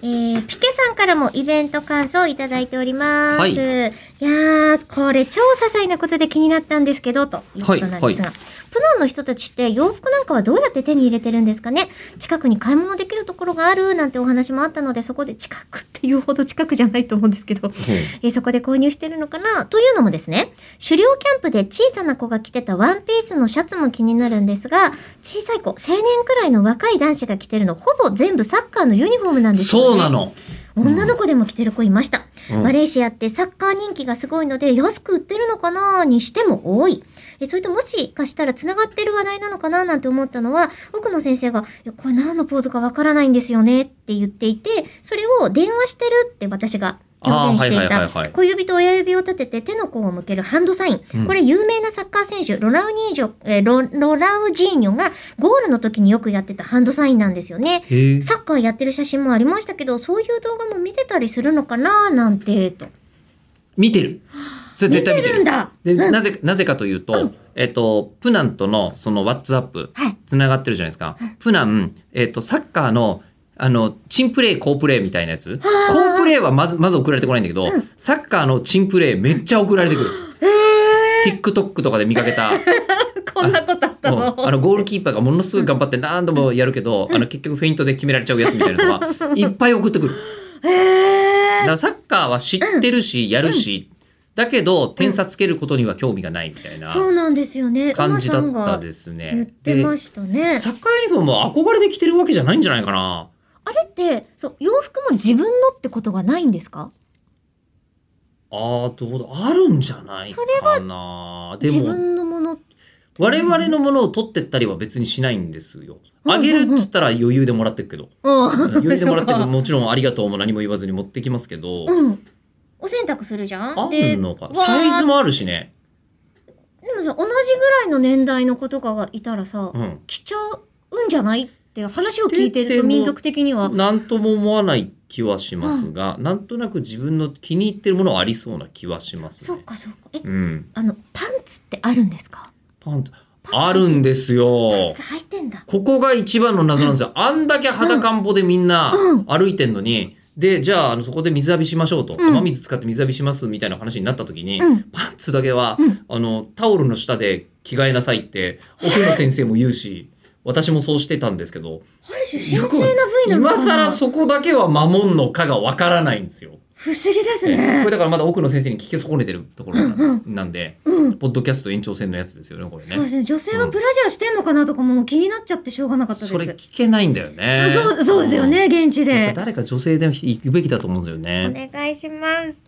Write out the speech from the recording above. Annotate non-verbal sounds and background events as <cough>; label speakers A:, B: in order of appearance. A: えー、ピケさんからもイベント感想をいただいております。
B: はい
A: い、やー、これ超些細なことで気になったんですけど、ということなんですが、
B: はいは
A: プノンの人たちって洋服なんかはどうやって手に入れてるんですかね近くに買い物できるところがあるなんてお話もあったので、そこで近くっていうほど近くじゃないと思うんですけど、えーそこで購入してるのかなというのもですね、狩猟キャンプで小さな子が着てたワンピースのシャツも気になるんですが、小さい子、青年くらいの若い男子が着てるの、ほぼ全部サッカーのユニフォームなんですよね。
B: そうな。の。
A: 女の子でも着てる子いました。
B: うん
A: マレーシアってサッカー人気がすごいので、安く売ってるのかなにしても多い。えそれともしかしたら繋がってる話題なのかななんて思ったのは、奥野先生が、いやこれ何のポーズかわからないんですよねって言っていて、それを電話してるって私が表現してい
B: あーはいはい
A: た
B: はいはい。
A: 小指と親指を立てて手の甲を向けるハンドサイン。
B: うん
A: これ有名なサッカー選手、ロラウニージョ、えーロロラウジーニョがゴールの時によくやってたハンドサインなんですよね。
B: へえ。
A: サッカーやってる写真もありましたけど、そういう動画も見てたりするのかななんて、と。
B: 見てる。それ絶対見て
A: るん
B: る。
A: だ。 <laughs>
B: で、
A: うん
B: なぜ、なぜかという
A: う
B: と
A: ん、
B: えっと、プナンとの、その、ワッツアップ、
A: はい。
B: つながってるじゃないですか。プナン、えっと、サッカーの、あの、チンプレー、コープレーみたいなやつ。コ
A: あ
B: ープレーはまず、まず送られてこないんだけど
A: うん、
B: サッカーのチンプレーめっちゃ送られてくる。TikTok とかで見かけ <laughs> た。
A: こんなことあったぞ。
B: うんあのゴールキーパーがものすごい頑張って何度もやるけど、あの結局フェイントで決められちゃうやつみたいな <laughs> のはいっぱい送ってくる。だ
A: へ
B: か
A: ー
B: らサッカーは知ってるし、やるし、だけど点差つけることには興味がないみたいな
A: そうなんですよね。
B: 感じだ
A: うま
B: っ
A: さん
B: た
A: が
B: です
A: 言っ
B: ね。
A: てましたね
B: で。サッカーユニフォームは憧れで着てるわけじゃないんじゃないかな。
A: あれって、そう、洋服も自分のってことがないんですか
B: あーどうだあるんじゃない
A: それ
B: かな。で
A: 自
B: も
A: 分のもの。
B: 我々のものを取ってったりは別にしないんですよ。
A: うんうん
B: あげるっつったら余裕でもらってくけど。
A: うん
B: 余裕でもらって
A: そ
B: く
A: うか
B: もちろんありがとうも何も言わずに持ってきますけど。
A: うん。お洗濯するじゃん
B: あ
A: で、
B: る
A: でも
B: のか
A: わ。ー
B: サイズもあるしね。
A: さ、同じぐらいの年代の子とかがいたらさ、
B: うん。
A: 着ちゃうんじゃないって話を聞いてる
B: でで
A: と
B: も
A: 民族的には。
B: なんとも思わない気はしますが、なんとなく自分の気に入ってるものはありそうな気はします
A: そっ
B: ね。
A: かそっか。え、
B: うん。
A: あの、パンツってあるんですか
B: パンツ
A: パンツ
B: あるんです
A: パ
B: よ
A: ンツ。履いてんだ。
B: ここが一番の謎なんですよ。あんだけ裸んぼでみんな
A: うん
B: 歩いてんのに、で、じゃあ、あのそこで水浴びしましょうと。
A: うん
B: 雨水使って水浴びしますみたいな話になった時に、
A: うん。
B: パンツだけは、
A: うん
B: あの、タオルの下で着替えなさいって、奥野先生も言うし、私もそうしてたんですけど、
A: ある種神聖な部位なの
B: 今
A: かな
B: 更そこだけは守んのかがわからないんですよ。
A: 不思議です
B: ええこ
A: ね
B: れ。だからまだ奥野先生に聞き損ねてるところなんですなんで、
A: うん。
B: ポッドキャスト延長戦のやつですよね、これ
A: そうで
B: ね。
A: すね。女性はブラジャーしてんのかなとかも気になっちゃってしょうがなかったです。
B: それ聞けないんだよね。
A: そうそうそうですよね、現地
B: うん。やっ
A: で
B: ぱ。誰か女性で行くべきだと思うんですよ
A: お
B: ね。
A: 願いします。